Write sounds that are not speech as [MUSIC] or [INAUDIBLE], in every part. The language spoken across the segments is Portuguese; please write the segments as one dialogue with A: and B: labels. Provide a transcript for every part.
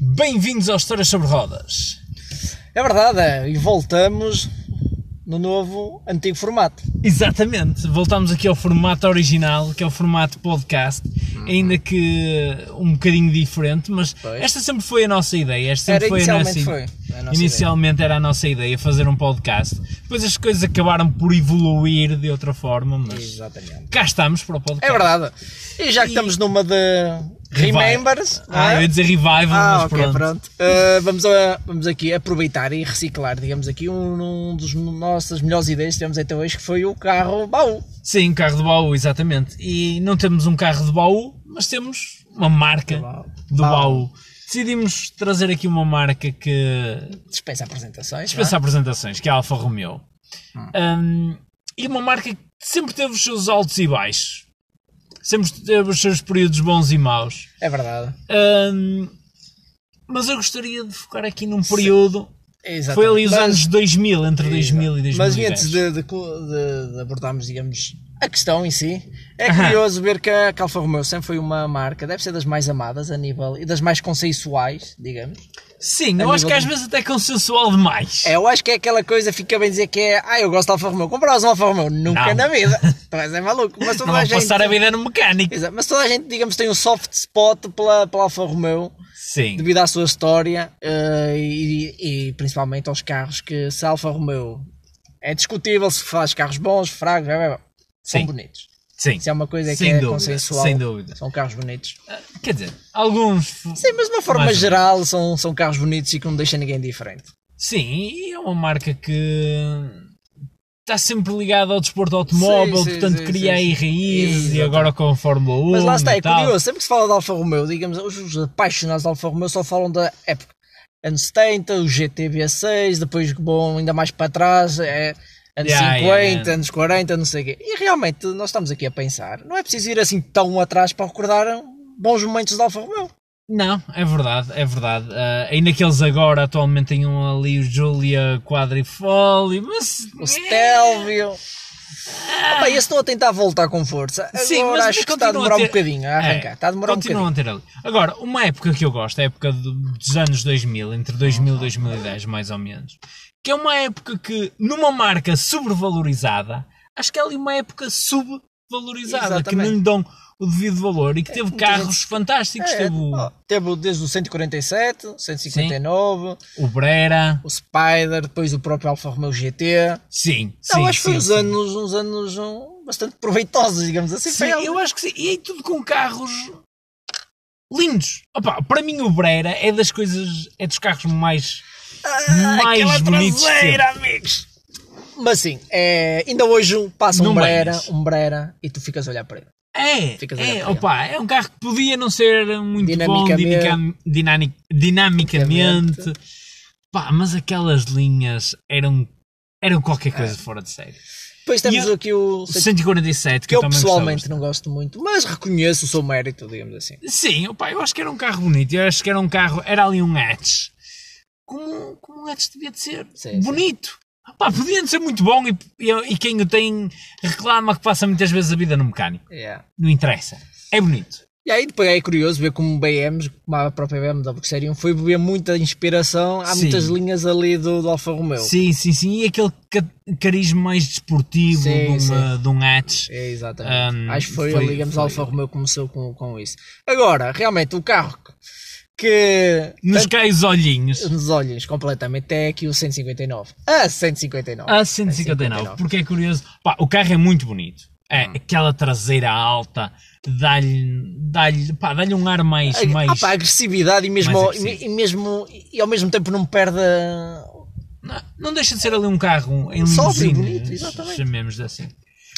A: Bem-vindos ao Histórias sobre Rodas.
B: É verdade, e voltamos no novo, antigo formato.
A: Exatamente, voltamos aqui ao formato original, que é o formato podcast, ainda que um bocadinho diferente, mas
B: Uhum. Pois.
A: esta sempre foi a nossa ideia. Esta sempre
B: Era
A: foi
B: inicialmente
A: a
B: foi.
A: nossa,
B: a nossa
A: Inicialmente era a nossa ideia fazer um podcast. Depois as coisas acabaram por evoluir de outra forma,
B: ideia.
A: mas
B: Exatamente.
A: cá estamos para o podcast.
B: É verdade. E já que
A: E-
B: estamos numa de Remembers, não
A: Ah,
B: é?
A: eu ia dizer revival,
B: Ah,
A: mas
B: ok,
A: pronto.
B: pronto. Uh, vamos, a- vamos aqui aproveitar e reciclar, digamos aqui, um, um dos nossas melhores ideias que tivemos até hoje, que foi o carro baú.
A: Sim, um carro de baú, exatamente. E não temos um carro de baú, mas temos uma marca
B: Do baú.
A: do
B: Baú.
A: baú. Decidimos trazer aqui uma marca que
B: Dispensa apresentações.
A: dispensa apresentações, que é a Alfa Romeo.
B: Ah.
A: Um, e uma marca que sempre teve os seus altos e baixos. Sempre teve os seus períodos bons e maus.
B: não é? É verdade.
A: Um, mas eu gostaria de focar aqui num período.
B: Exatamente.
A: Foi ali os
B: Mas-
A: anos 2000, entre 2000 e 2010.
B: Mas antes de, de co- de- de abordarmos, digamos, a questão em si, é
A: Aham.
B: curioso ver que a que a Alfa Romeo sempre foi uma marca, deve ser das mais amadas a nível e das mais consensuais, digamos.
A: Sim,
B: a
A: eu acho
B: nível
A: que às
B: de-
A: vezes até é consensual demais.
B: É, eu acho que é aquela coisa, fica bem dizer que é, ah, eu gosto de Alfa Romeo, compras um Alfa Romeo, nunca
A: Não. [LAUGHS]
B: na vida. Tu és é maluco, mas toda
A: Não
B: a
A: vão
B: gente.
A: passar a vida no mecânico.
B: Exato, mas toda a gente, digamos, tem um soft spot pela, pela Alfa Romeo.
A: Sim.
B: devido à sua história eh, e, e principalmente aos carros que se a Alfa Romeo é discutível se faz carros bons, fracos, blá, blá, blá. são
A: Sim.
B: bonitos.
A: Sim.
B: Se é uma coisa que
A: Sem
B: é
A: dúvida,
B: consensual,
A: sem dúvida.
B: são carros bonitos.
A: Quer dizer, alguns.
B: Sim, mas de uma forma
A: Mais ou
B: geral são, são carros bonitos e que não deixam ninguém diferente.
A: Sim, e é uma marca que está sempre ligada ao desporto automóvel,
B: Sim, sim,
A: portanto
B: sim,
A: cria
B: sim,
A: aí
B: sim.
A: raízes e
B: Exatamente.
A: agora com a Fórmula 1.
B: Mas lá está,
A: e
B: é
A: tal.
B: curioso, sempre que se fala de Alfa Romeo, digamos, os, os apaixonados de Alfa Romeo só falam da época. Anos 70, o GTV6, depois vão ainda mais para trás, é, anos
A: Yeah,
B: 50,
A: yeah, yeah.
B: anos 40, não sei o quê. E realmente, nós estamos aqui a pensar, não é preciso ir assim tão atrás para recordar bons momentos de Alfa Romeo.
A: Não, é verdade, é verdade. Ah, ainda que eles agora atualmente tenham ali o Julia Quadrifoglio, mas.
B: O Stelvio. Ah, pá, esse estou a tentar voltar com força. Agora
A: Sim, mas
B: acho que está a
A: continua
B: demorar
A: ter-
B: um bocadinho a arrancar.
A: É,
B: está a demorar um
A: continuam
B: bocadinho.
A: a ter ali. Agora, uma época que eu gosto, a época do- dos anos 2000, entre 2000 e 2010, mais ou menos, que é uma época que, numa marca sobrevalorizada, acho que é ali uma época subvalorizada, que
B: Exatamente. É,
A: não lhe dão o devido valor e que teve
B: muita
A: carros fantásticos.
B: É,
A: teve o,
B: ó, teve o- desde o 147, 159,
A: o Brera,
B: o Spider, depois o próprio Alfa Romeo GT.
A: sim,
B: Não,
A: sim,
B: acho que foi
A: sim,
B: uns
A: sim.
B: anos, uns anos um, bastante proveitosos, digamos assim.
A: Sim,
B: para ele.
A: eu acho que sim. E aí tudo com carros lindos. Opa, para mim o Brera é das coisas, é dos carros mais
B: Ah,
A: mais
B: aquela
A: bonitos de
B: traseira, amigos. Mas sim, é, ainda hoje um- passa um
A: Não
B: Brera,
A: banhas.
B: um Brera e tu ficas a olhar para ele.
A: É,
B: Ficas a olhar
A: é,
B: para ele.
A: opa, é um carro que podia não ser muito bom
B: Dinamicamente.
A: dinamicam- dinani- dinamicamente, pá, mas aquelas linhas eram, eram qualquer
B: É.
A: coisa fora de série.
B: Depois temos
A: E eu-
B: aqui o
A: O 147, que,
B: que eu
A: também
B: pessoalmente
A: gostava
B: não gosto muito, mas reconheço o seu mérito, digamos assim.
A: bastante. Sim, opa, eu acho que era um carro bonito, eu acho que era um carro, era ali um hatch, como, como um hatch devia de ser,
B: Sim, sim.
A: bonito. Pá, podia ser muito bom e, e- e quem o tem reclama que passa muitas vezes a vida no mecânico,
B: Yeah.
A: não interessa, é bonito.
B: E aí depois é curioso ver como BMs, como a própria BMW que seriam, um, foi beber muita inspiração, há
A: Sim.
B: muitas linhas ali do, do Alfa Romeo.
A: Sim, sim, sim. E aquele ca- carisma mais desportivo
B: Sim,
A: de, uma, de um hatch.
B: É, exatamente.
A: Um,
B: Acho que foi,
A: foi-
B: ali, digamos,
A: foi-
B: a Alfa Romeo começou com, com isso. Agora, realmente, o carro que
A: Nos
B: tanto É
A: cai os olhinhos.
B: nos olhos completamente é aqui o 159. A 159.
A: A 159, porque é curioso. Pá, o carro é muito bonito. É,
B: Hum.
A: aquela traseira alta dá-lhe dá-lhe pá, dá-lhe um ar mais.
B: A-
A: mais...
B: ah pá, a agressividade e mesmo,
A: mais
B: ao-
A: agressivo.
B: e mesmo e ao mesmo tempo não perde a-
A: Não, não deixa de ser ali um carro em
B: Sóbrio,
A: limusine,
B: bonito, exatamente.
A: chamemos assim.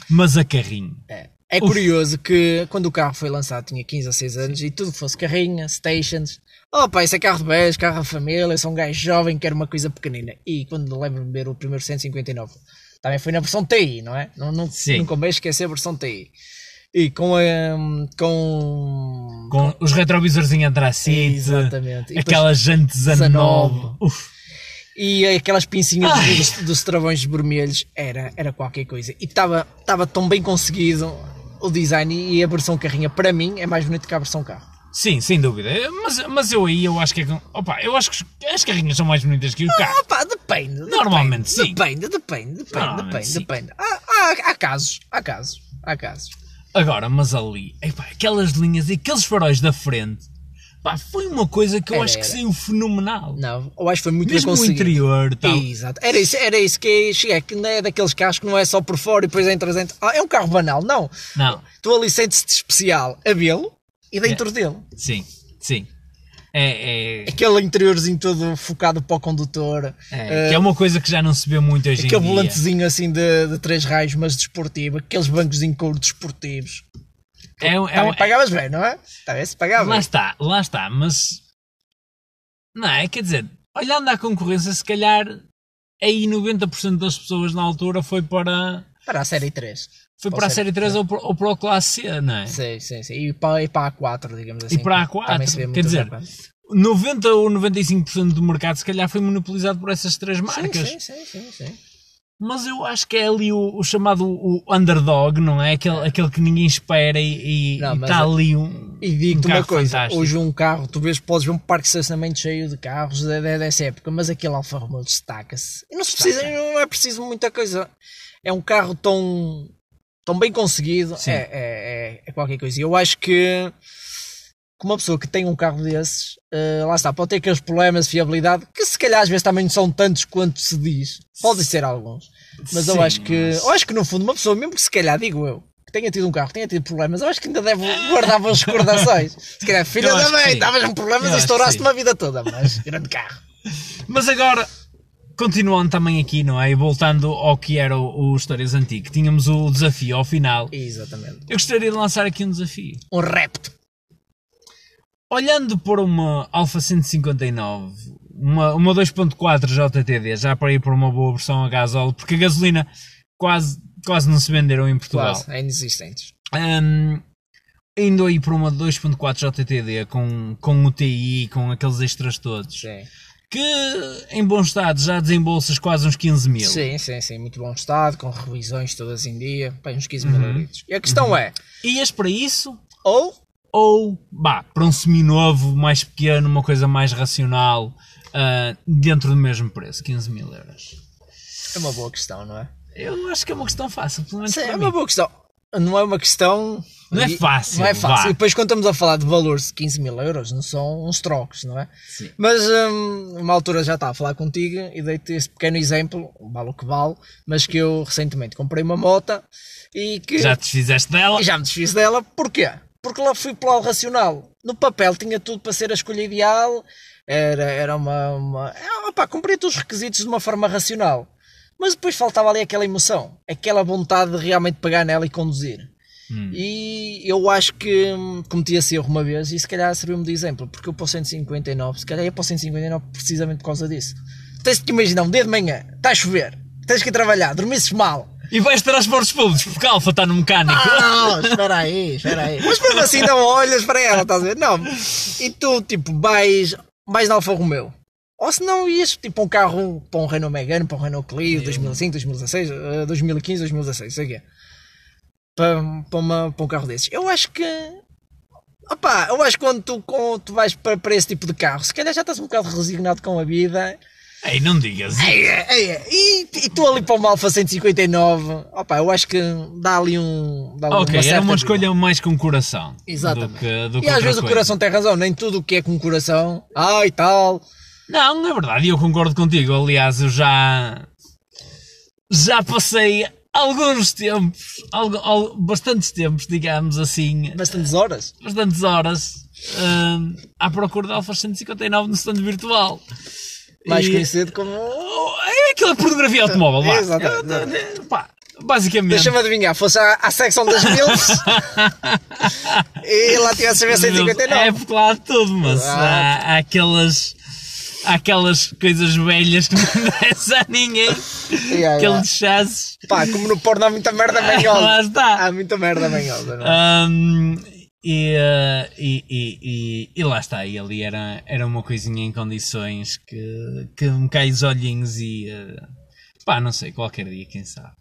A: Mas a carrinho.
B: É, É curioso que quando o carro foi lançado tinha 15 a 6 anos e tudo fosse carrinha, stations. Oh pá, isso é carro de beijo, carro de família, eu sou um gajo jovem, quero uma coisa pequenina. E quando lembro-me de ver o primeiro 159, também foi na versão TI, não é? Não, não,
A: Sim.
B: Nunca me esquecer a versão TI. E com a. com.
A: Com os retrovisores em andracite.
B: Exatamente. E depois-
A: Aquela jante 19.
B: 19.
A: Uf,
B: E aquelas pincinhas
A: Ai.
B: dos, dos travões vermelhos era, era qualquer coisa. E estava tava tão bem conseguido o design e a versão carrinha, para mim, é mais bonito que a versão carro.
A: Sim, sem dúvida. Eh, Mas, mas eu aí eu acho que é. com- Opa, eu acho que as carrinhas são mais bonitas que o carro.
B: Ah, pá, depende. depende,
A: Normalmente sim.
B: Depende, depende, depende,
A: Normalmente
B: depende,
A: sim.
B: depende. Há, há, há casos, há casos, há casos.
A: Agora, mas ali, epá, aquelas linhas e aqueles faróis da frente, pá, foi uma coisa que eu
B: Era,
A: acho que
B: era.
A: saiu fenomenal.
B: Não, eu acho que foi muito bem
A: Mesmo o
B: conseguido.
A: interior, tal.
B: Exato. Era isso, era isso que eu ia chegar, que não é daqueles carros que não é só por fora e depois entras dentro. Ah, é um carro banal, não.
A: Não,
B: Tu ali sentes-te especial a vê-lo e
A: É.
B: dentro dele.
A: sim, sim. É, é,
B: Aquele interiorzinho todo focado para o condutor. eh,
A: é, que é uma coisa que já não se vê muito hoje em dia.
B: Aquele volantezinho assim de, de três raios, mas desportivo. Aqueles bancos de couro desportivos.
A: É, é,
B: Também
A: é,
B: pagavas bem, não é? Também se pagava.
A: lá está, lá está, mas. Não, é quer dizer, olhando à concorrência, se calhar aí 90% das pessoas na altura foi para.
B: Para a série 3.
A: Foi
B: Ou
A: para a
B: seja, é.
A: série 3 ou para, ou para o classe C, não é?
B: Sim, sim, sim. E para, e para a 4, digamos assim.
A: para a A4,
B: Também se vê muito
A: quer dizer,
B: os A4.
A: 90 ou 95% do mercado se calhar foi monopolizado por essas três marcas.
B: Sim, sim, sim, sim, sim.
A: Mas eu acho que é ali o, o chamado o underdog, não é? Aquele, aquele que ninguém espera e, e-
B: Não,
A: e
B: mas é-
A: está
B: eu-
A: ali um.
B: E digo-te
A: um
B: uma
A: carro
B: coisa,
A: fantástico.
B: hoje um carro, tu vês, podes ver um parque de estacionamento cheio de carros de- de- dessa época, mas aquele Alfa Romeo destaca-se. E não, se precisa, não é preciso muita coisa. É um carro tão, tão bem conseguido, é,
A: Sim.
B: é, é, é qualquer coisa. E eu acho que que uma pessoa que tem um carro desses, eh, lá está, pode ter aqueles problemas de fiabilidade, que se calhar às vezes também não são tantos quanto se diz, podem ser alguns. Mas eu
A: Sim,
B: acho que,
A: mas-
B: eu acho que no fundo, uma pessoa, mesmo que se calhar, digo eu, que tenha tido um carro, que tenha tido problemas, eu acho que ainda deve guardar boas recordações. Se calhar, filha
A: Eu
B: da
A: acho que
B: mãe,
A: sim.
B: estavas com
A: Eu
B: problemas e
A: acho que
B: estouraste
A: sim.
B: uma vida toda, mas grande carro.
A: Mas agora, continuando também aqui, não é? E voltando ao que era o, o Histórias Antigo, tínhamos o desafio ao final.
B: Exatamente.
A: Eu gostaria de lançar aqui um desafio.
B: Um repto.
A: Olhando por uma Alfa 159, uma, uma 2.4 JTD, já para ir por uma boa versão a gasóleo, porque a gasolina quase, quase não se venderam em Portugal.
B: Quase, é inexistentes.
A: Hum, indo aí para uma 2.4 JTD com, com o TI, com aqueles extras todos,
B: Sim.
A: que em bom estado já desembolsas quase uns 15 mil.
B: sim, sim, sim, muito bom estado, com revisões todas em dia, bem, uns 15 mil
A: Uhum.
B: euros. E a questão é,
A: Ias para isso
B: ou
A: ou, bah, para um seminovo mais pequeno, uma coisa mais racional, ah, dentro do mesmo preço, 15 mil euros.
B: é uma boa questão, não é?
A: Eu acho que é uma questão fácil, pelo menos
B: Sim,
A: para
B: é
A: mim.
B: uma boa questão. Não é uma questão.
A: Não é
B: e-
A: fácil,
B: Não é fácil.
A: vá.
B: E depois, quando estamos a falar de valores de 15 mil euros, não são uns trocos, não é?
A: Sim.
B: Mas hum, uma altura já estava a falar contigo e dei-te este pequeno exemplo, vale o que vale, mas que eu recentemente comprei uma moto e que
A: Já te desfizeste dela?
B: e já me desfiz dela. Porquê? Porque lá fui pelo lado racional. No papel tinha tudo para ser a escolha ideal, era, era uma. uma ah, pá, cumpria todos os requisitos de uma forma racional. Mas depois faltava ali aquela emoção, aquela vontade de realmente pegar nela e conduzir.
A: Hum.
B: E eu acho que hum, cometi esse erro uma vez e se calhar serviu-me de exemplo, porque eu para o 159, se calhar ia para o 159 precisamente por causa disso. Tens de te imaginar, um dia de manhã, está a chover, tens que ir trabalhar, dormisses mal,
A: E vais de transportes públicos, porque a Alfa está no mecânico.
B: não, espera aí, espera aí. Mas mesmo assim não olhas para ela, estás a ver? Não. E tu, tipo, vais, vais na Alfa Romeo. Ou se não ias, tipo, um carro para um Renault Megane, para um Renault Clio, 2005, 2016, eh, 2015, 2016, sei o quê. Para, para, uma- para um carro desses. Eu acho que... Opá, eu acho que quando tu, quando tu vais para, para esse tipo de carro, se calhar já estás um bocado resignado com a vida
A: Ei, não digas.
B: Ei, ei, ei, E, e tu ali para o Malfa 159, opa, eu acho que dá ali um. Dá ali
A: Ok,
B: certa
A: era uma
B: vida.
A: escolha mais com coração.
B: Exatamente.
A: Do que, do que
B: E
A: outra
B: às vezes o
A: coisa.
B: coração tem razão, nem tudo o que é com o coração, ai tal.
A: Não, é verdade, eu concordo contigo. Aliás, eu já. Já passei alguns tempos, algo, al- bastantes tempos, digamos assim,
B: é Bastantes horas.
A: bastantes horas, hum, à procura da Alfa 159 no stand virtual.
B: Mais
A: E-
B: conhecido como.
A: Oh, É aquela pornografia automóvel, vá.
B: Exatamente,
A: Eu- pá, basicamente.
B: Deixa-me adivinhar, fosse à, à secção das mil
A: [LAUGHS]
B: e lá tivesse a ver 159.
A: É porque lá há tudo, mas
B: Claro.
A: há, há aquelas. há aquelas coisas velhas que [LAUGHS] não interessa a ninguém. É
B: Yeah, yeah.
A: Aqueles chasses.
B: Pá, como no porno há muita
A: [LAUGHS]
B: merda
A: Lá
B: manhosa.
A: está.
B: Há muita merda manhosa, não é?
A: Ahm, hum, e, eh, e, e, e- e lá está, e ali era, era uma coisinha em condições que, que me cai os olhinhos e eh, pá, não sei, qualquer dia, quem sabe.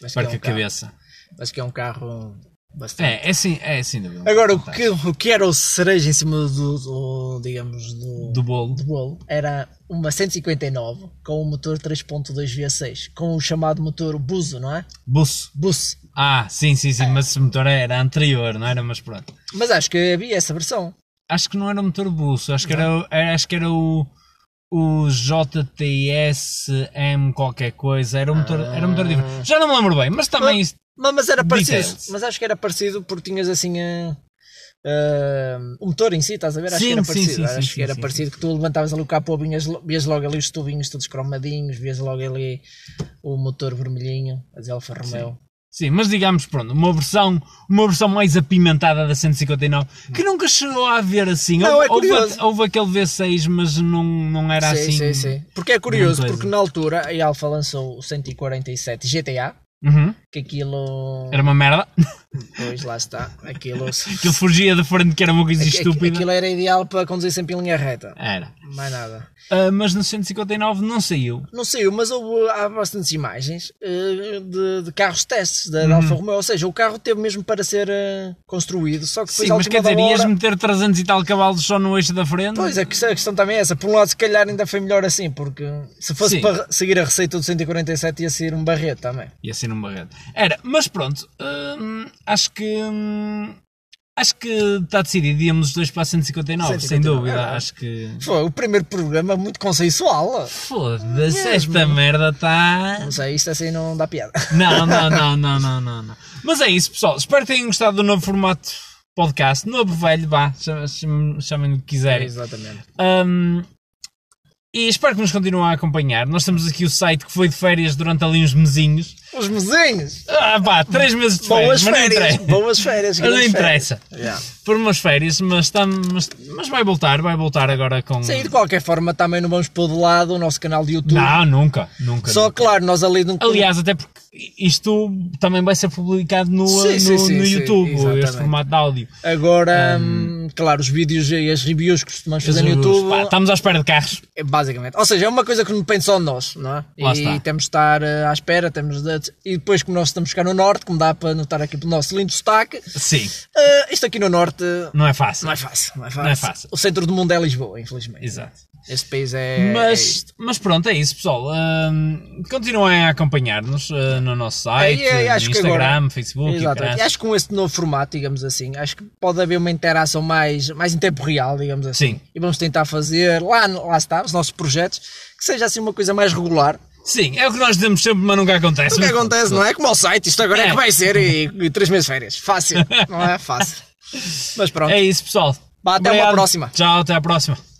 B: Mas que é
A: Perca
B: um
A: a
B: carro-
A: cabeça.
B: Mas que é um carro Bastante.
A: É, é sim, é sem dúvida.
B: Agora, o
A: Fantástico.
B: que, o que era o cereja em cima do, do- digamos, do,
A: Do bolo.
B: do bolo era uma 159 com o motor 3.2 V6, com o chamado motor Buzo, não é?
A: Busso.
B: Buzo.
A: Ah, sim, sim,
B: É.
A: sim, mas esse motor é- era anterior, não era? Mas pronto.
B: Mas acho que havia essa versão.
A: Acho que não era o motor busso, acho que era, o- era- acho que era o, o JTSM qualquer coisa, era um motor, era um motor
B: Ah.
A: diferente. Já não me lembro bem, mas também isso-
B: Mas, mas era parecido.
A: Details.
B: Mas acho que era parecido porque tinhas assim a. a- o motor em si, estás a ver? Acho
A: Sim,
B: que era
A: sim,
B: parecido.
A: sim,
B: acho
A: sim,
B: que
A: sim,
B: era
A: sim,
B: parecido que tu levantavas ali o capô, vinhas, lo- vias logo ali os tubinhos todos cromadinhos, vias logo ali o motor vermelhinho, as Alfa Romeo.
A: Sim, mas digamos, pronto, uma versão, uma versão mais apimentada da 159, que nunca chegou a haver assim.
B: Não,
A: houve,
B: é curioso.
A: Houve, houve aquele V6, mas não, não era
B: sim,
A: assim.
B: sim, sim. Porque é curioso,
A: coisa.
B: porque na altura a Alfa lançou o 147 GTA,
A: Uhum,
B: que aquilo.
A: Era uma merda. [LAUGHS]
B: Pois lá está. Aquilo, [LAUGHS]
A: Aquilo fugia da frente, que era uma coisa
B: Aqu- aqu-
A: estúpida.
B: aquilo era ideal para conduzir sempre em linha reta.
A: Era.
B: Mais nada.
A: Ah, mas no 159 não saiu.
B: Não saiu, mas houve, há bastantes imagens eh, de, de carros testes da da Alfa
A: Uhum.
B: Romeo. Ou seja, o carro teve mesmo para ser eh, construído, só que depois
A: Sim,
B: à
A: mas
B: última
A: quer dizer,
B: da hora-
A: ias meter 300 e tal cavalos só no eixo da frente?
B: Pois, a questão, a questão também é essa. Por um lado, se calhar ainda foi melhor assim, porque se fosse
A: Sim.
B: para seguir a receita do 147 ia sair um barreto também.
A: Ia ser um barreto. Era, mas pronto, hum, acho que. hum, acho que está decidido. Íamos os dois para a 159, sem
B: 159,
A: dúvida.
B: era.
A: Acho que.
B: Foi o primeiro programa muito consensual.
A: Foda-se, esta merda está.
B: Não sei, isto assim não dá piada.
A: Não, não, não, não, não, não, não. Mas é isso, pessoal. Espero que tenham gostado do novo formato podcast. Novo velho, vá, cham- cham- chamem o que
B: É
A: quiserem.
B: Exatamente.
A: Hum, e espero que nos continuem a acompanhar. Nós temos aqui o site que foi de férias durante ali uns mesinhos.
B: Os mesinhos.
A: Ah, pá, três meses de férias. mas
B: Boas
A: não
B: férias.
A: interessa.
B: Boas férias.
A: Mas não
B: grandes
A: interessa.
B: férias. Yeah.
A: Por umas férias, mas, estamos, mas, mas vai voltar, vai voltar agora com.
B: Sim, de qualquer forma, também não vamos pôr de lado o nosso canal de YouTube.
A: Não, nunca, nunca.
B: Só claro, nós ali não
A: Aliás, até porque isto também vai ser publicado no,
B: Sim,
A: no,
B: sim, sim,
A: no
B: sim,
A: YouTube, este
B: exatamente.
A: formato de áudio.
B: Agora, hum, claro, os vídeos e as reviews que costumamos fazer no
A: Jesus,
B: YouTube,
A: pá, tá- estamos à espera de carros.
B: é basicamente. Ou seja, é uma coisa que não depende só de nós, não é?
A: Lá
B: e
A: está.
B: temos de estar eh, à espera, temos de- E depois, como nós estamos cá no Norte, como dá para notar aqui pelo nosso lindo sotaque,
A: Sim,
B: eh, isto aqui no Norte eh,
A: não é fácil.
B: não é fácil, não é fácil.
A: é fácil.
B: O centro do mundo é Lisboa, infelizmente.
A: Exato.
B: Este país é. é
A: Mas,
B: isto.
A: mas pronto, é isso, pessoal. Hum, continuem a acompanhar-nos hum, no nosso site,
B: Aí, aí, É, acho
A: no
B: que
A: Instagram,
B: agora-
A: Facebook e
B: Exatamente.
A: caralho.
B: E acho que com este novo formato, digamos assim, acho que pode haver uma interação mais, mais em tempo real, digamos assim.
A: Sim.
B: E vamos tentar fazer lá, no- lá está, os nossos projetos, que seja assim uma coisa mais regular.
A: Sim, é o que nós dizemos sempre, mas nunca acontece.
B: O que
A: Mas pronto,
B: acontece, não é? Como ao site, isto agora é,
A: É.
B: que vai ser e, e três meses de
A: [LAUGHS]
B: férias. Fácil, não é? Fácil. Mas pronto,
A: É isso, pessoal.
B: Vá, até uma
A: Obrigado.
B: próxima.
A: Tchau, até à próxima.